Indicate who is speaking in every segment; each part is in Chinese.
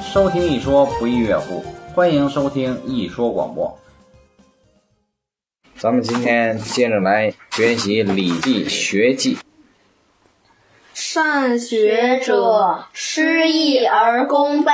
Speaker 1: 收听一说不亦乐乎，欢迎收听一说广播。咱们今天接着来学习《礼记·学记》。
Speaker 2: 善学者，失义而功倍，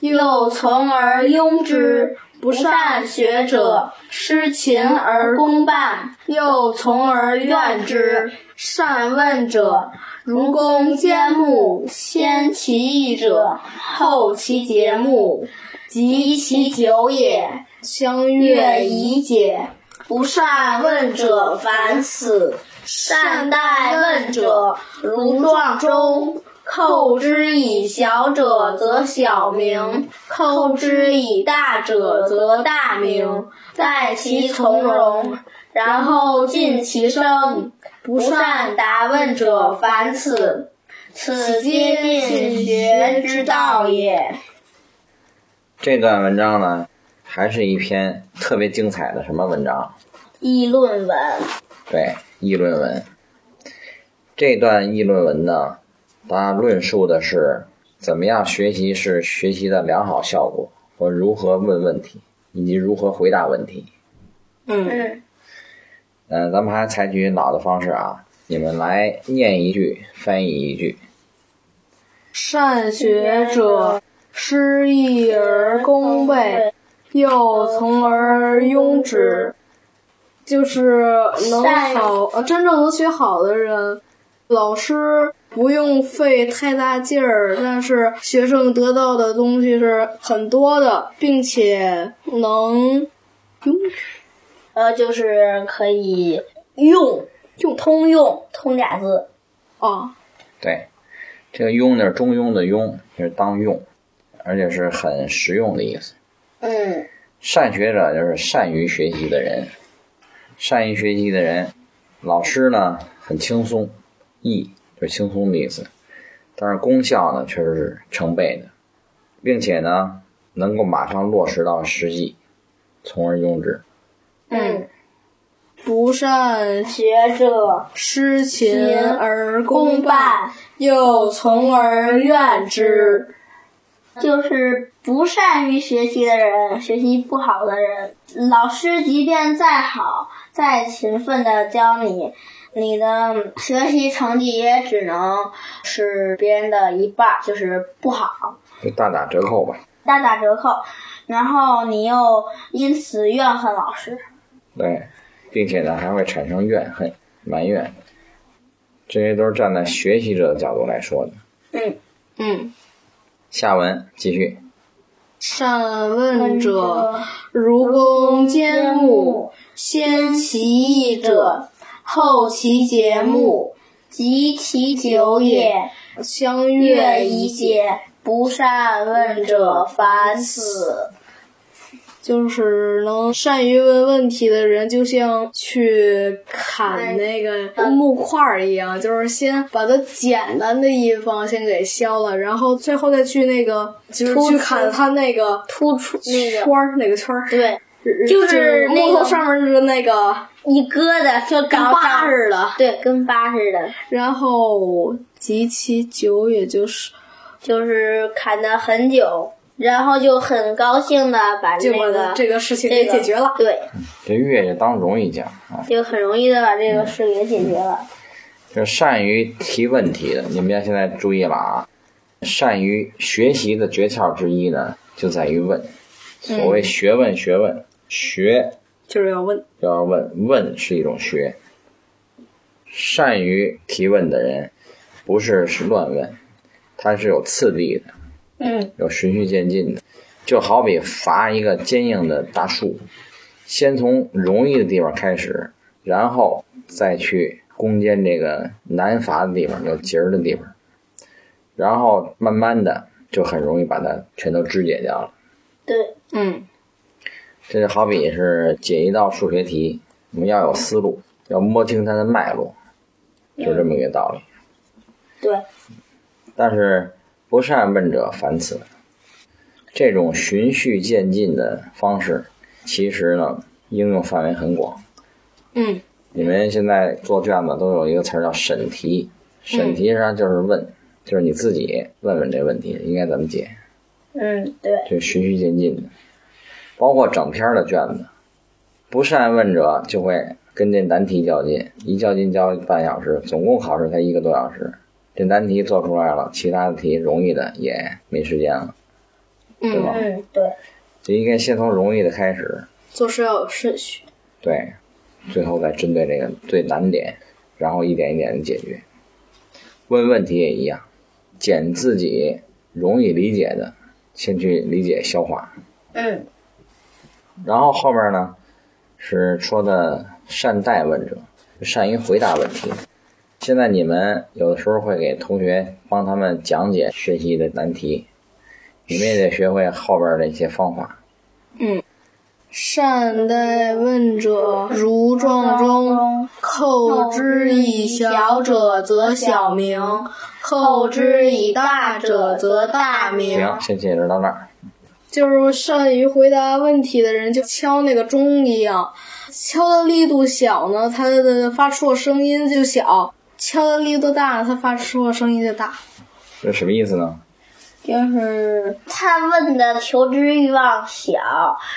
Speaker 2: 又从而庸之；不善学者，失勤而功半，又从而怨之。善问者，如公兼木，先其义者，后其节目，及其久也，相悦以解。不善问者反此，善待问者如撞钟。扣之以小者则小名，扣之以大者则大名。待其从容，然后尽其声。不善答问者反此，此皆进学之道也。
Speaker 1: 这段文章呢，还是一篇特别精彩的什么文章？
Speaker 2: 议论文，
Speaker 1: 对，议论文。这段议论文呢，它论述的是怎么样学习是学习的良好效果，和如何问问题，以及如何回答问题。
Speaker 3: 嗯，
Speaker 2: 嗯，
Speaker 1: 嗯、咱们还采取老的方式啊，你们来念一句，翻译一句。
Speaker 3: 善学者失义而功倍，又呃从而庸之。就是能
Speaker 2: 善
Speaker 3: 好，呃，真正能学好的人，老师不用费太大劲儿，但是学生得到的东西是很多的，并且能
Speaker 2: 呃，就是可以用，就通用，通俩字。
Speaker 3: 啊，
Speaker 1: 对，这个庸呢，中庸的庸，就是当用，而且是很实用的意思。
Speaker 2: 嗯，
Speaker 1: 善学者就是善于学习的人，善于学习的人，老师呢很轻松，易就是轻松的意思，但是功效呢却是成倍的，并且呢能够马上落实到实际，从而用之。
Speaker 2: 嗯，
Speaker 3: 不善
Speaker 2: 学者
Speaker 3: 失勤而
Speaker 2: 公
Speaker 3: 功败，
Speaker 2: 办
Speaker 3: 又从而怨之。
Speaker 2: 就是不善于学习的人，学习不好的人，老师即便再好、再勤奋的教你，你的学习成绩也只能是别人的一半儿，就是不好，
Speaker 1: 就大打折扣吧。
Speaker 2: 大打折扣。然后你又因此怨恨老师。
Speaker 1: 对，并且呢还会产生怨恨、埋怨，这些都是站在学习者的角度来说的。
Speaker 2: 嗯
Speaker 3: 嗯，
Speaker 1: 下文继续，
Speaker 3: 善问者，如公兼木，先其义者，后其节目，
Speaker 2: 及其久也，
Speaker 3: 相
Speaker 2: 悦
Speaker 3: 悦
Speaker 2: 以
Speaker 3: 以解。
Speaker 2: 解。不善问者反此。
Speaker 3: 就是能善于问问题的人，就像去砍那个木块儿一样，就是先把它简单的一方先给削了，然后最后再去那个，就是
Speaker 2: 突
Speaker 3: 去
Speaker 2: 出
Speaker 3: 砍它那个突出
Speaker 2: 那个
Speaker 3: 圈儿，哪个圈儿？
Speaker 2: 对，
Speaker 3: 就
Speaker 2: 就是那个
Speaker 3: 木头上面就是那个
Speaker 2: 一疙瘩就
Speaker 3: 跟
Speaker 2: 搞
Speaker 3: 疤似的。
Speaker 2: 对，跟疤似的，
Speaker 3: 然后及其久，也就是
Speaker 2: 就是砍得很久，然后就很高兴的把
Speaker 3: 就
Speaker 2: 这
Speaker 3: 把
Speaker 2: 个
Speaker 3: 这个事情给
Speaker 2: 这个
Speaker 3: 解决了。
Speaker 2: 对，
Speaker 1: 这月就当容易讲啊，
Speaker 2: 就很容易的把这个事给解决了。
Speaker 1: 就是善于提问题的，你们要现在注意了啊！善于学习的诀窍之一呢，就在于问。所谓学问，学问，学
Speaker 3: 就是要问
Speaker 1: 要问，问是一种学。善于提问的人，不是是乱问，他是有次第的，
Speaker 2: 嗯，
Speaker 1: 有循序渐进的。就好比伐一个坚硬的大树，先从容易的地方开始，然后再去攻坚这个难伐的地方，有节儿的地方，然后慢慢的就很容易把它全都肢解掉了。
Speaker 2: 对，
Speaker 3: 嗯，
Speaker 1: 这就好比是解一道数学题，我们要有思路，要摸清它的脉络，就这么一个道理。
Speaker 2: 对，
Speaker 1: 但是不善问者反此，这种循序渐进的方式，其实呢应用范围很广。
Speaker 3: 嗯，
Speaker 1: 你们现在做卷子都有一个词儿叫审题，审题实际上就是问，就是你自己问问这问题应该怎么解，
Speaker 2: 嗯，对，
Speaker 1: 就循序渐进的，包括整篇儿的卷子，不善问者就会跟这难题较劲，一较劲较半小时，总共考试才一个多小时。这难题做出来了，其他的题容易的也没时间了，对吧？
Speaker 2: 嗯，对，
Speaker 1: 就应该先从容易的开始，
Speaker 3: 做事要有顺序。
Speaker 1: 对，最后再针对这个最难点，然后一点一点的解决。问问题也一样，捡自己容易理解的，先去理解消化。
Speaker 2: 嗯
Speaker 1: 然后后面呢是说的善待问者，善于回答问题。现在你们有的时候会给同学帮他们讲解学习的难题，你们也得学会后边的一些方法。
Speaker 3: 善待问者如撞钟，扣之以小者则小名，扣之以大者则大名。
Speaker 1: 行，先解释到这儿。
Speaker 3: 就是善于回答问题的人，就敲那个钟一样，敲的力度小呢，它的发出的声音就小；敲的力度大呢，它发出的声音就大。
Speaker 1: 这什么意思呢？
Speaker 2: 就是他问的求知欲望小，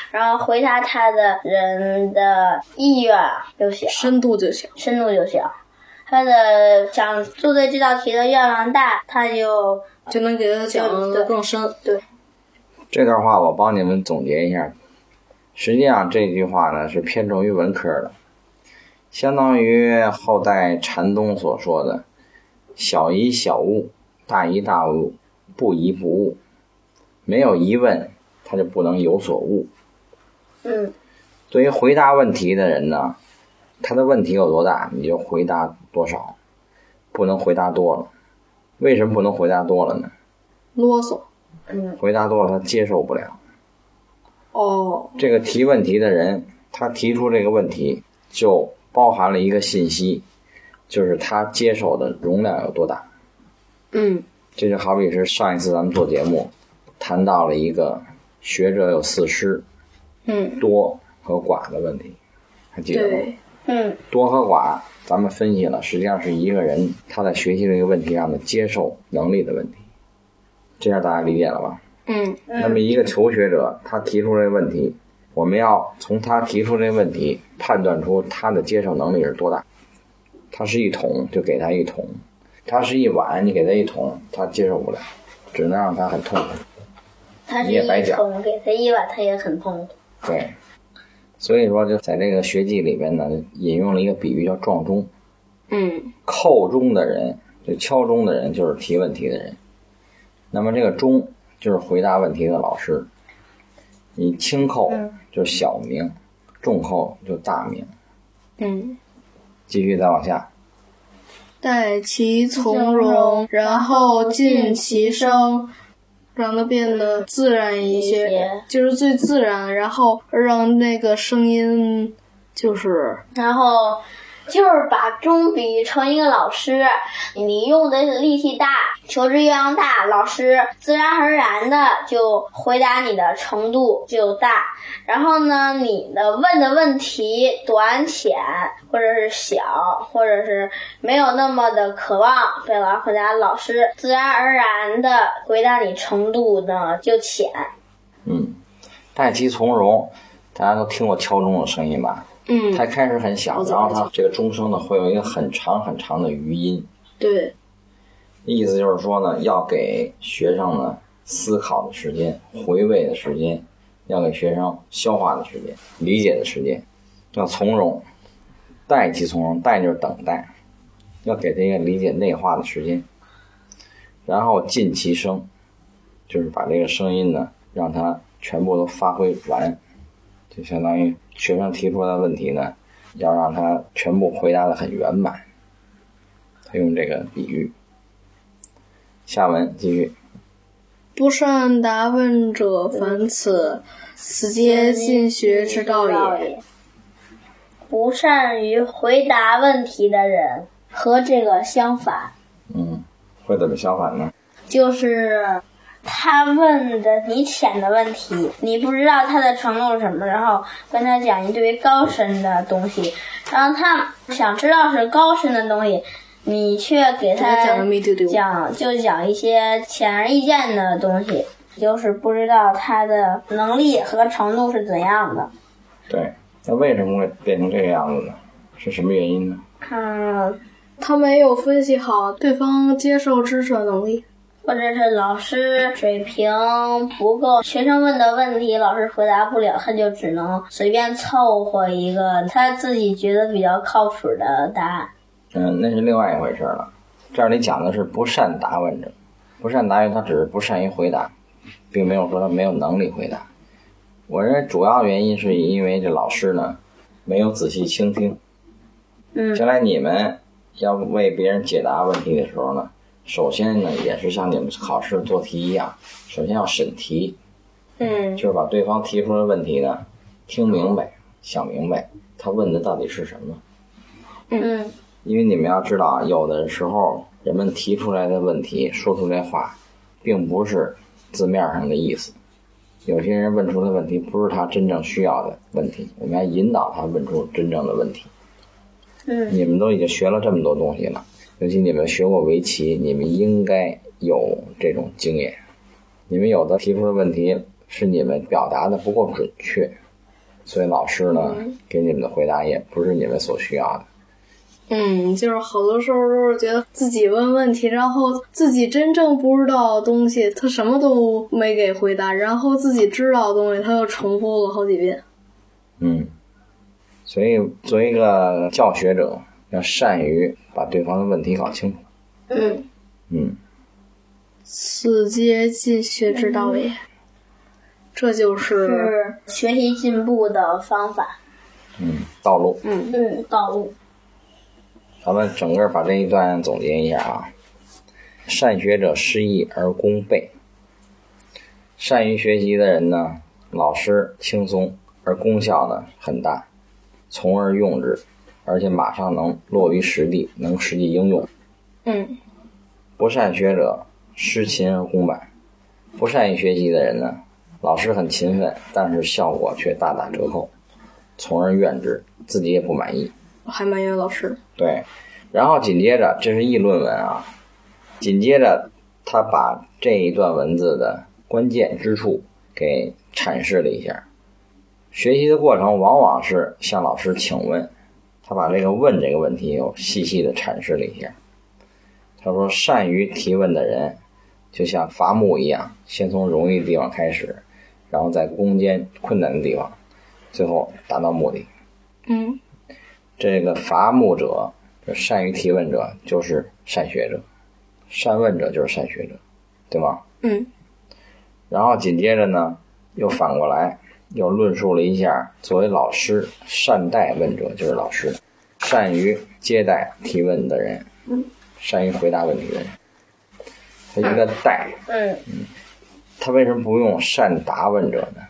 Speaker 2: 然后回答他的人的意愿就小，
Speaker 3: 深度就小，
Speaker 2: 深度就小。他的想做对这道题的愿望大，他就
Speaker 3: 就能给他讲
Speaker 2: 对
Speaker 3: 的
Speaker 2: 对
Speaker 3: 更深。
Speaker 1: 这段话我帮你们总结一下。实际上这句话呢是偏重于文科的，相当于后代禅宗所说的“小疑小悟，大疑大悟，不疑不悟”。没有疑问，他就不能有所悟。
Speaker 2: 嗯
Speaker 1: 对于回答问题的人呢，他的问题有多大，你就回答多少，不能回答多了。为什么不能回答多了呢？
Speaker 3: 啰嗦
Speaker 2: 嗯
Speaker 1: 回答多了他接受不了。
Speaker 3: 哦，
Speaker 1: 这个提问题的人，他提出这个问题就包含了一个信息，就是他接受的容量有多大。
Speaker 3: 嗯
Speaker 1: 这就好比是上一次咱们做节目谈到了一个学者有四失，
Speaker 3: 嗯，
Speaker 1: 多和寡的问题，还记得吗？
Speaker 3: 对，
Speaker 2: 嗯
Speaker 1: 多和寡，咱们分析了，实际上是一个人他在学习这个问题上的接受能力的问题。这样大家理解了吧？
Speaker 3: 嗯
Speaker 1: 那么一个求学者，他提出这个问题，我们要从他提出这个问题判断出他的接受能力是多大。他是一桶，就给他一桶；他是一碗，你给他一桶，他接受不了，只能让他很痛苦。
Speaker 2: 他是
Speaker 1: 你也白
Speaker 2: 一
Speaker 1: 讲
Speaker 2: 桶给他一碗，他也很痛苦。
Speaker 1: 对，所以说就在这个学记里边呢，引用了一个比喻叫撞钟。
Speaker 3: 嗯
Speaker 1: 扣钟的人，就敲钟的人，就是提问题的人。那么这个钟就是回答问题的老师。你轻扣就是小名，重扣就大名。
Speaker 3: 嗯，
Speaker 1: 继续再往下，
Speaker 3: 待其从容，然后尽其声。让它变得自然一
Speaker 2: 一
Speaker 3: 些
Speaker 2: 些，
Speaker 3: 就是最自然，然后让那个声音就是
Speaker 2: 然后就是把钟比喻成一个老师，你用的力气大，求知欲望大，老师自然而然的就回答你的程度就大。然后呢，你的问的问题短浅，或者是小，或者是没有那么的渴望被老师回答，老师自然而然的回答你程度呢就浅。
Speaker 1: 嗯，待其从容，大家都听过敲钟的声音吧？
Speaker 3: 嗯，
Speaker 1: 它开始很小，然后它这个钟声呢会有一个很长很长的余音。
Speaker 3: 对，
Speaker 1: 意思就是说呢，要给学生呢思考的时间、回味的时间，要给学生消化的时间、理解的时间，要从容，待其从容，待就是等待，要给这个理解内化的时间，然后尽其声，就是把这个声音呢让它全部都发挥完，就相当于学生提出来的问题呢，要让他全部回答的很圆满。他用这个比喻。下文继续，
Speaker 3: 不善答问者反此，此皆进学之道也。。
Speaker 2: 不善于回答问题的人和这个相反，
Speaker 1: 嗯，会怎么相反呢？
Speaker 2: 就是他问的你浅的问题，你不知道他的程度是什么，然后跟他讲一堆高深的东西，然后他想知道是高深的东西，你却给
Speaker 3: 他
Speaker 2: 他
Speaker 3: 讲的没丢丢
Speaker 2: 讲就讲一些显而易见的东西，就是不知道他的能力和程度是怎样的。
Speaker 1: 对，那为什么会变成这个样子呢？是什么原因呢？
Speaker 2: 看，
Speaker 3: 他没有分析好对方接受知识的能力。
Speaker 2: 或者是老师水平不够，学生问的问题老师回答不了，他就只能随便凑合一个他自己觉得比较靠谱的答案。
Speaker 1: 嗯，那是另外一回事儿了。这儿你讲的是不善答问者，不善答问他只是不善于回答，并没有说他没有能力回答。我认为主要原因是因为这老师呢没有仔细倾听。
Speaker 2: 嗯
Speaker 1: 将来你们要为别人解答问题的时候呢，首先呢也是像你们考试做题一样，首先要审题，
Speaker 3: 嗯
Speaker 1: 就是把对方提出的问题呢听明白、想明白，他问的到底是什么。
Speaker 2: 嗯
Speaker 1: 因为你们要知道啊，有的时候人们提出来的问题、说出来的话，并不是字面上的意思。有些人问出的问题不是他真正需要的问题，我们要引导他问出真正的问题。
Speaker 2: 嗯
Speaker 1: 你们都已经学了这么多东西了，尤其你们学过围棋，你们应该有这种经验。你们有的提出的问题是你们表达的不够准确，所以老师呢给你们的回答也不是你们所需要的。
Speaker 3: 嗯，就是好多时候都是觉得自己问问题，然后自己真正不知道的东西，他什么都没给回答，然后自己知道的东西他又重复了好几遍。
Speaker 1: 嗯，所以作为一个教学者，要善于把对方的问题搞清楚。
Speaker 2: 嗯，
Speaker 1: 嗯，
Speaker 3: 此皆进学之道也，这嗯就是
Speaker 2: 是学习进步的方法。
Speaker 1: 道路。
Speaker 2: 嗯，道路。
Speaker 1: 咱们整个把这一段总结一下啊。善学者失意而功倍。善于学习的人呢，老师轻松，而功效呢很大，从而用之，而且马上能落于实地，能实际应用。
Speaker 3: 嗯
Speaker 1: 不善学者失勤而功败。不善于学习的人呢，老师很勤奋，但是效果却大打折扣，从而怨之，自己也不满意。
Speaker 3: 还埋怨老师。
Speaker 1: 对，然后紧接着这是议论文啊，紧接着他把这一段文字的关键之处给阐释了一下。学习的过程往往是向老师请问，他把这个“问”这个问题又细细的阐释了一下。他说：“善于提问的人，就像伐木一样，先从容易的地方开始，然后再攻坚困难的地方，最后达到目的。”
Speaker 3: 嗯
Speaker 1: 这个伐木者，就善于提问者，就是善学者；善问者就是善学者，对吗？
Speaker 3: 嗯。
Speaker 1: 然后紧接着呢，又反过来又论述了一下，作为老师，善待问者就是老师，善于接待提问的人，善于回答问题的人。他一个待，
Speaker 2: 嗯
Speaker 1: 他为什么不用善答问者呢？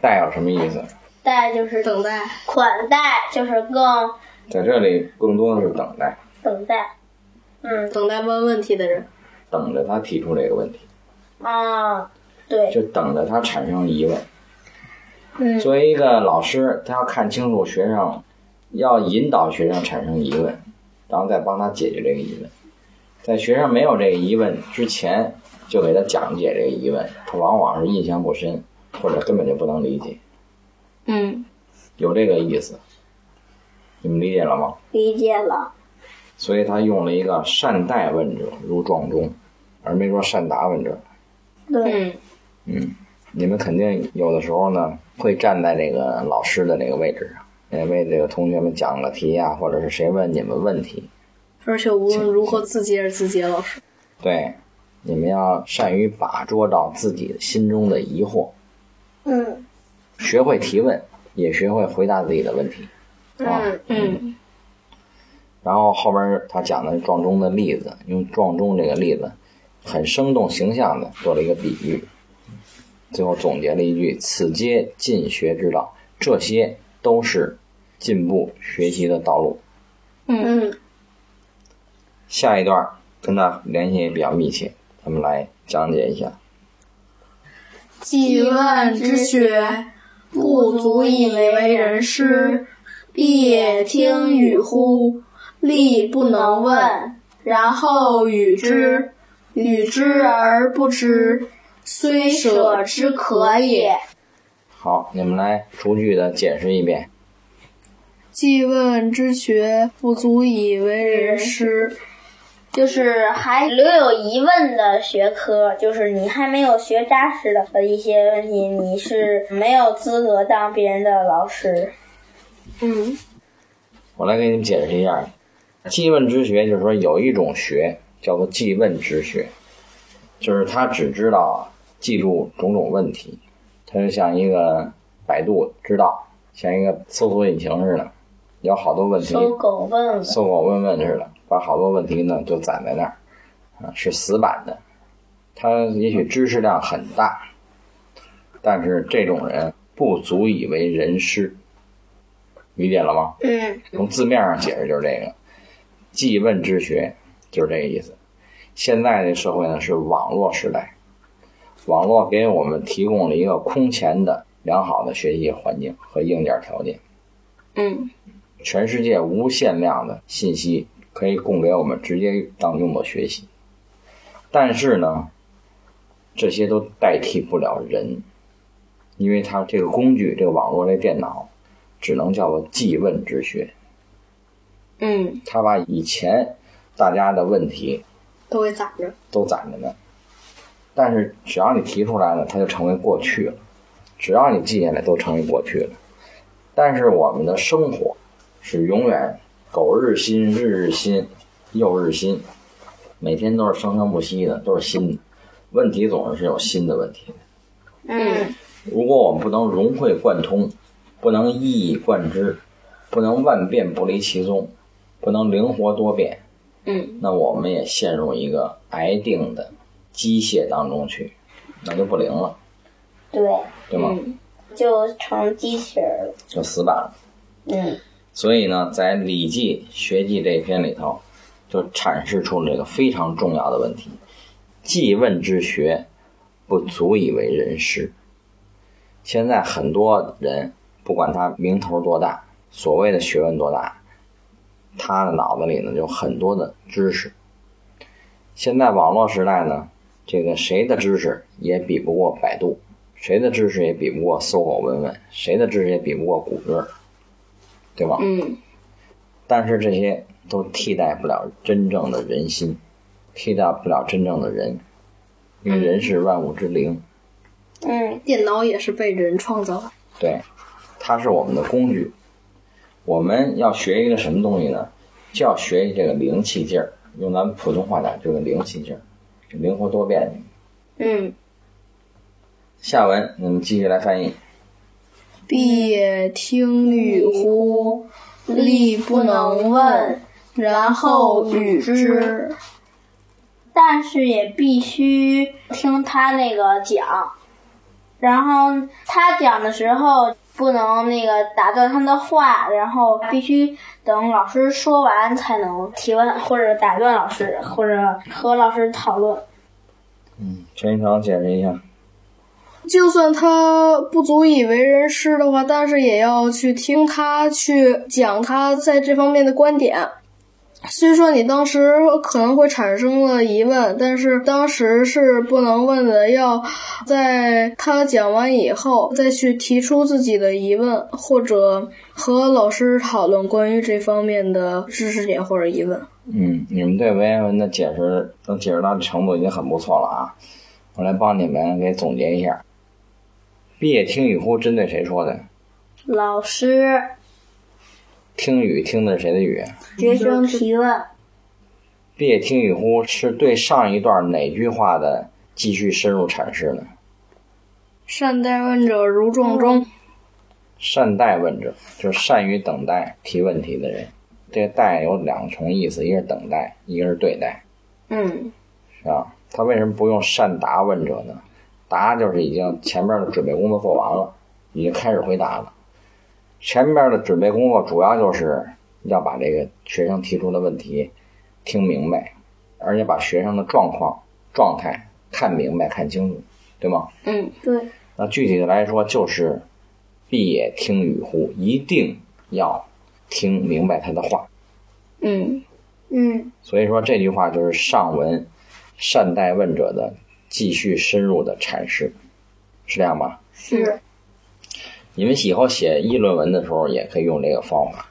Speaker 1: 待有什么意思？
Speaker 2: 待就是
Speaker 3: 等待。
Speaker 2: 款待，就是更
Speaker 1: 在这里更多的是等待，
Speaker 2: 等待。嗯
Speaker 3: 等待问问题的人。
Speaker 1: 等着他提出这个问题。
Speaker 2: 啊，对，
Speaker 1: 就等着他产生疑问。
Speaker 2: 嗯
Speaker 1: 作为一个老师，他要看清楚学生，要引导学生产生疑问，然后再帮他解决这个疑问。在学生没有这个疑问之前，就给他讲解这个疑问，他往往是印象不深，或者根本就不能理解，
Speaker 3: 嗯
Speaker 1: 有这个意思。你们理解了吗？
Speaker 2: 理解了。
Speaker 1: 所以他用了一个善待问者如撞钟，而没说善答问者。
Speaker 2: 对，
Speaker 3: 嗯
Speaker 1: 你们肯定有的时候呢，会站在这个老师的这个位置上，也为这个同学们讲了题呀、或者是谁问你们问题，
Speaker 3: 而且无论如何自己也是自己的老师。
Speaker 1: 对，你们要善于把捉到自己心中的疑惑，
Speaker 2: 嗯
Speaker 1: 学会提问，也学会回答自己的问题。啊，
Speaker 3: 嗯
Speaker 1: 然后后边他讲的撞钟的例子，用撞钟这个例子，很生动形象的做了一个比喻，最后总结了一句：“此皆进学之道，这些都是进步学习的道路。”
Speaker 2: 嗯
Speaker 1: 下一段跟它联系也比较密切，咱们来讲解一下。
Speaker 3: 既问之学，不足以为人师，必也听与乎？力不能问，然后与之，与之而不知，
Speaker 2: 虽舍之可也。
Speaker 1: 好，你们来逐句的解释一遍。
Speaker 3: 记问之学不足以为人师，
Speaker 2: 就是还留有疑问的学科，就是你还没有学扎实的一些问题，你是没有资格当别人的老师。
Speaker 3: 嗯，
Speaker 1: 我来给你们解释一下，记问之学就是说有一种学叫做记问之学，就是他只知道记住种种问题，它就像一个百度知道，像一个搜索引擎似的，有好多问题，
Speaker 2: 搜狗问问，
Speaker 1: 搜狗问问似的，把好多问题呢就攒在那儿，啊，是死板的。他也许知识量很大，但是这种人不足以为人师，理解了吗？
Speaker 2: 嗯，
Speaker 1: 从字面上解释就是这个，记问之学就是这个意思。现在的社会呢是网络时代，网络给我们提供了一个空前的良好的学习环境和硬件条件。
Speaker 3: 嗯，
Speaker 1: 全世界无限量的信息可以供给我们直接当用作学习，但是呢，这些都代替不了人，因为它这个工具，这个网络，这电脑，只能叫做记问之学。
Speaker 3: 嗯，
Speaker 1: 它把以前大家的问题
Speaker 3: 都给攒着。
Speaker 1: 都攒着呢，但是只要你提出来了，它就成为过去了；只要你记下来，都成为过去了。但是我们的生活是永远苟日新，日日新，又日新，每天都是生生不息的，都是新的问题，总是有新的问题的。
Speaker 2: 嗯，
Speaker 1: 如果我们不能融会贯通，不能一以贯之，不能万变不离其宗，不能灵活多变，
Speaker 3: 嗯，
Speaker 1: 那我们也陷入一个癌定的机械当中去，那就不灵了，
Speaker 2: 对，
Speaker 1: 对吗？
Speaker 2: 就成机器人了。
Speaker 1: 就死板了。
Speaker 2: 嗯
Speaker 1: 所以呢，在《礼记·学记》这一篇里头，就阐释出了这个非常重要的问题：记问之学不足以为人师。现在很多人不管他名头多大，所谓的学问多大，他的脑子里呢有很多的知识。现在网络时代呢，这个谁的知识也比不过百度，谁的知识也比不过搜狗问问，谁的知识也比不过谷歌，对吧？
Speaker 3: 嗯
Speaker 1: 但是这些都替代不了真正的人心，替代不了真正的人，因为人是万物之灵，
Speaker 2: 嗯，
Speaker 3: 电脑也是被人创造的。
Speaker 1: 对，它是我们的工具。我们要学一个什么东西呢？就要学这个灵气劲儿，用咱们普通话讲就是灵气劲儿，灵活多变。
Speaker 2: 嗯，
Speaker 1: 下文你们继续来翻译。
Speaker 3: 必也听律乎？
Speaker 2: 力不能问，
Speaker 3: 然后与之。
Speaker 2: 但是也必须听他那个讲，然后他讲的时候不能那个打断他的话，然后必须等老师说完才能提问或者打断老师或者和老师讨论。
Speaker 1: 嗯，陈一成解释一下。
Speaker 3: 就算他不足以为人师的话，但是也要去听他去讲他在这方面的观点。虽说你当时可能会产生了疑问，但是当时是不能问的，要在他讲完以后再去提出自己的疑问，或者和老师讨论关于这方面的知识点或者疑问。
Speaker 1: 嗯，你们对文言文的解释能解释到这程度已经很不错了啊！我来帮你们给总结一下。毕业听雨乎针对谁说的？
Speaker 2: 老师
Speaker 1: 听雨听的是谁的雨？
Speaker 2: 学生提问，
Speaker 1: 毕业听雨乎是对上一段哪句话的继续深入阐释呢？
Speaker 3: 善待问者如撞钟。
Speaker 1: 善待问者，就是善于等待提问题的人。这个“待”有两重意思，一个是等待，一个是对待。
Speaker 3: 嗯
Speaker 1: 是吧？他为什么不用善答问者呢？答就是已经前面的准备工作做完了，已经开始回答了。前面的准备工作主要就是要把这个学生提出的问题听明白，而且把学生的状况、状态看明白、看清楚，对吗？
Speaker 3: 嗯
Speaker 2: 对，
Speaker 1: 那具体的来说，就是必也听与乎，一定要听明白他的话。
Speaker 3: 嗯
Speaker 2: 嗯
Speaker 1: 所以说这句话就是上文善待问者的继续深入的阐释，是这样吧？
Speaker 2: 是
Speaker 1: 你们以后写议论文的时候也可以用这个方法，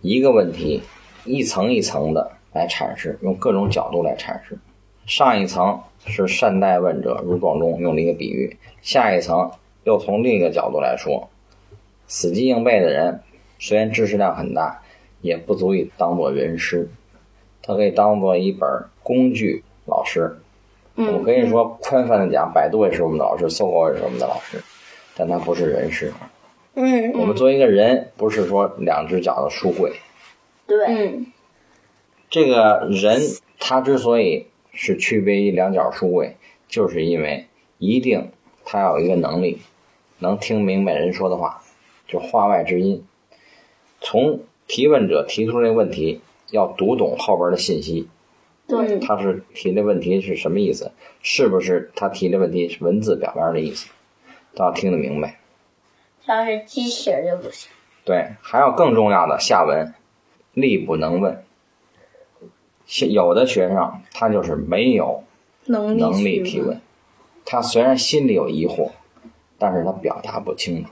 Speaker 1: 一个问题一层一层的来阐释，用各种角度来阐释。上一层是善待问者如撞钟用了一个比喻，下一层又从另一个角度来说，死记硬背的人虽然知识量很大，也不足以当做人师，它可以当做一本工具老师。我们可以说宽泛的讲，百度也是我们的老师，搜狗也是我们的老师，但它不是人师。
Speaker 3: 嗯
Speaker 1: 我们作为一个人，不是说两只脚的书柜。
Speaker 2: 对，
Speaker 3: 嗯
Speaker 1: 这个人他之所以是区别于两脚书柜，就是因为一定他要有一个能力，能听明白人说的话，就话外之音。从提问者提出这个问题，要读懂后边的信息，
Speaker 2: 对，
Speaker 1: 他是提的问题是什么意思？是不是他提的问题是文字表面的意思？都要听得明白。
Speaker 2: 要是鸡血儿就不行。
Speaker 1: 对，还有更重要的下文，力不能问。像有的学生他就是没有
Speaker 3: 能力
Speaker 1: 能力
Speaker 3: 提
Speaker 1: 提问，他虽然心里有疑惑，但是他表达不清楚，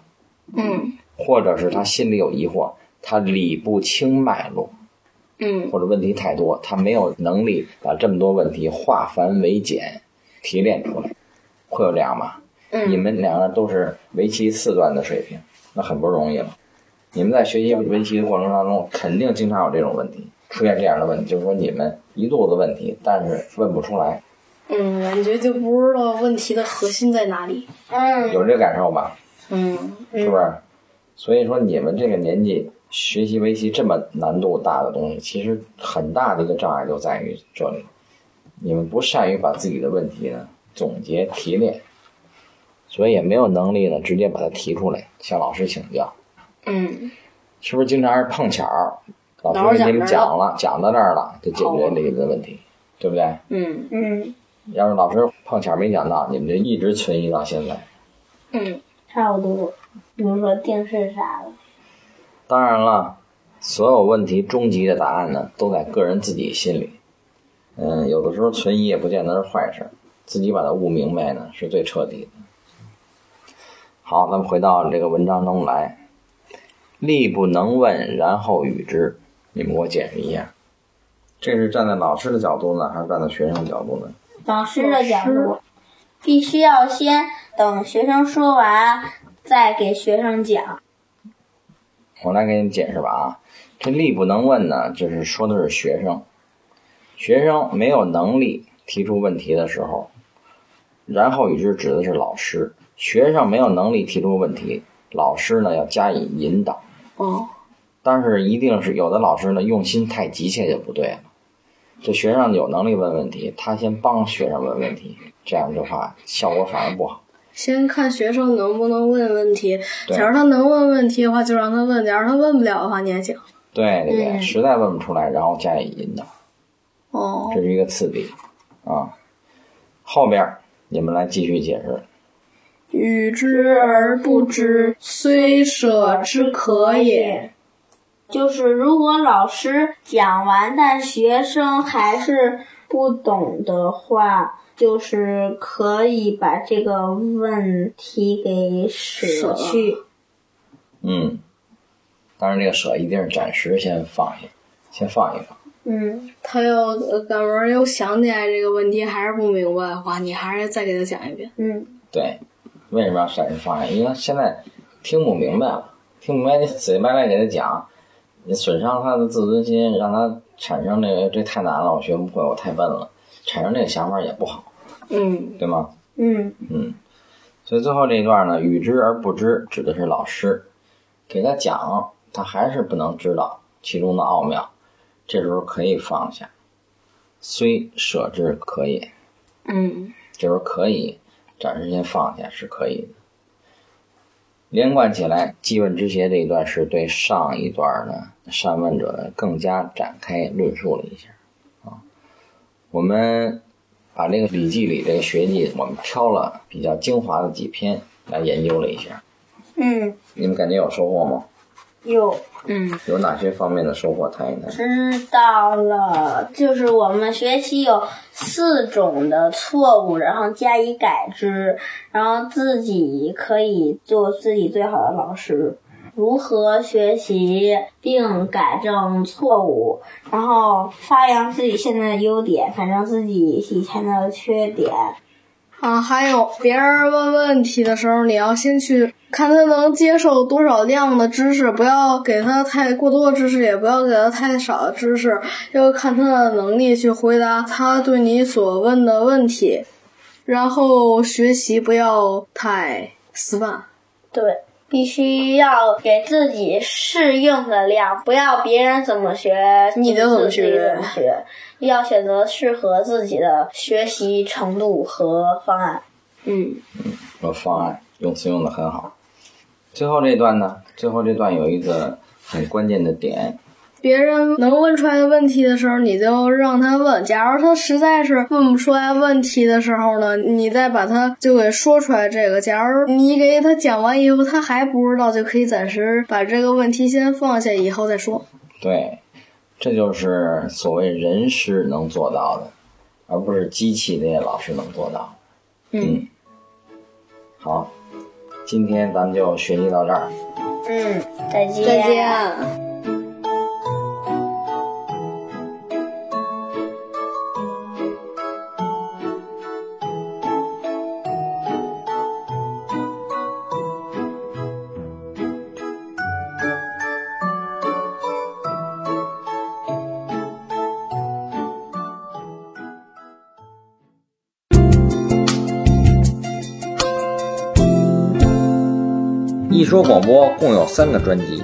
Speaker 3: 嗯
Speaker 1: 或者是他心里有疑惑，他理不清脉络，
Speaker 3: 嗯
Speaker 1: 或者问题太多，他没有能力把这么多问题化繁为简，提炼出来，会有这样吗？你
Speaker 3: 嗯
Speaker 1: 们两个都是围棋四段的水平，那很不容易了。你们在学习围棋的过程当中，肯定经常有这种问题，出现这样的问题，就是说你们一肚子问题，但是问不出来，
Speaker 3: 嗯，感觉就不知道问题的核心在哪里。
Speaker 2: 嗯，
Speaker 1: 有这感受吧？
Speaker 3: 嗯
Speaker 1: 是不是？所以说你们这个年纪学习围棋这么难度大的东西，其实很大的一个障碍就在于这里，你们不善于把自己的问题呢总结提炼，所以也没有能力呢直接把它提出来向老师请教。
Speaker 3: 嗯
Speaker 1: 是不是经常是碰巧儿，老师给你们讲了，讲到这儿了，就解决你们的问题，对不对？
Speaker 3: 嗯
Speaker 2: 嗯，
Speaker 1: 要是老师碰巧儿没讲到，你们就一直存疑到现在。
Speaker 3: 嗯
Speaker 2: 差不多。比如说定式啥的，
Speaker 1: 当然了，所有问题终极的答案呢，都在个人自己心里。嗯，有的时候存疑也不见得是坏事儿，自己把它悟明白呢，是最彻底的。好，咱们回到这个文章中来，力不能问，然后与之。你们给我解释一下，这是站在老师的角度呢，还是站在学生的角度呢？
Speaker 2: 老师的角度，必须要先等学生说完，再给学生讲。
Speaker 1: 我来给你们解释吧啊，这力不能问呢，就是说的是学生，学生没有能力提出问题的时候，然后与之指的是老师，学生没有能力提出问题，老师呢要加以引导，
Speaker 3: 哦
Speaker 1: 但是一定是有的老师呢用心太急切就不对了，这学生有能力问问题，他先帮学生问问题，这样的话效果反而不好。
Speaker 3: 先看学生能不能问问题，
Speaker 1: 对
Speaker 3: 假如他能问问题的话，就让他问；假如他问不了的话，你还讲。
Speaker 1: 对对对，
Speaker 2: 嗯
Speaker 1: 实在问不出来，然后加以引导。
Speaker 3: 哦
Speaker 1: 这是一个次第啊。后边儿你们来继续解释。
Speaker 3: 与之而不知，虽舍之可也。
Speaker 2: 就是如果老师讲完，但学生还是不懂的话，就是可以把这个问题给舍去。
Speaker 1: 嗯，当然这个舍一定是暂时先放下，先放一放。
Speaker 2: 嗯，
Speaker 3: 他要呃，假如又想起来这个问题还是不明白的话，你还是再给他讲一遍。
Speaker 2: 嗯，
Speaker 1: 对，为什么要暂时放下？因为现在听不明白了，听不明白你死乞白赖给他讲，你损伤他的自尊心，让他产生这个这太难了，我学不会，我太笨了，产生这个想法也不好，
Speaker 3: 嗯
Speaker 1: 对吗？
Speaker 2: 嗯，
Speaker 1: 所以最后这一段呢，与之而不知，指的是老师给他讲，他还是不能知道其中的奥妙，这时候可以放下，虽舍之可也，
Speaker 3: 嗯
Speaker 1: 这时候可以暂时先放下是可以的。连贯起来，记问之邪这一段是对上一段呢善问者呢更加展开论述了一下啊。我们把这个《礼记》里这个学记，我们挑了比较精华的几篇来研究了一下。
Speaker 2: 嗯，
Speaker 1: 你们感觉有收获吗？
Speaker 2: 又
Speaker 3: 嗯，
Speaker 1: 有哪些方面的收获谈一谈？
Speaker 2: 知道了，就是我们学习有四种的错误，然后加以改之，然后自己可以做自己最好的老师。如何学习并改正错误，然后发扬自己现在的优点，反正自己以前的缺点，
Speaker 3: 啊，还有别人问问题的时候，你要先去看他能接受多少量的知识，不要给他太过多的知识，也不要给他太少的知识，要看他的能力去回答他对你所问的问题。然后学习不要太死板。
Speaker 2: 对，必须要给自己适应的量，不要别人怎么学
Speaker 3: 你就怎么学
Speaker 2: 自己怎么学，要选择适合自己的学习程度和方案。
Speaker 3: 嗯，
Speaker 1: 有方案，用词用的很好。最后这段呢？最后这段有一个很关键的点，
Speaker 3: 别人能问出来的问题的时候，你就让他问。假如他实在是问不出来问题的时候呢，你再把他就给说出来。这个，假如你给他讲完以后，他还不知道，就可以暂时把这个问题先放下，以后再说。
Speaker 1: 对，这就是所谓人师能做到的，而不是机器那些老师能做到。
Speaker 3: 嗯，
Speaker 1: 好，今天咱们就学习到这儿。
Speaker 2: 嗯，再见。
Speaker 3: 再见。
Speaker 1: 一说广播共有三个专辑，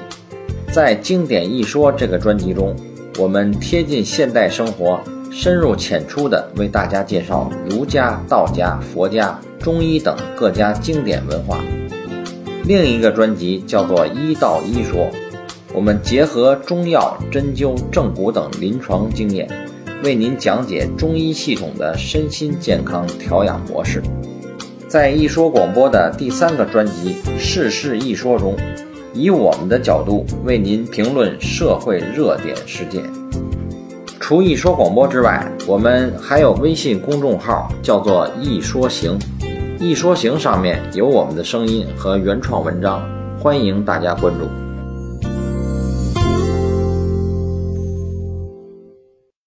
Speaker 1: 在《经典一说》这个专辑中，我们贴近现代生活，深入浅出地为大家介绍儒家、道家、佛家、中医等各家经典文化。另一个专辑叫做《医道医说》，我们结合中药、针灸、正骨等临床经验，为您讲解中医系统的身心健康调养模式。在一说广播的第三个专辑《世事一说》中，以我们的角度为您评论社会热点事件。除一说广播之外，我们还有微信公众号，叫做“一说行”。一说行上面有我们的声音和原创文章，欢迎大家关注。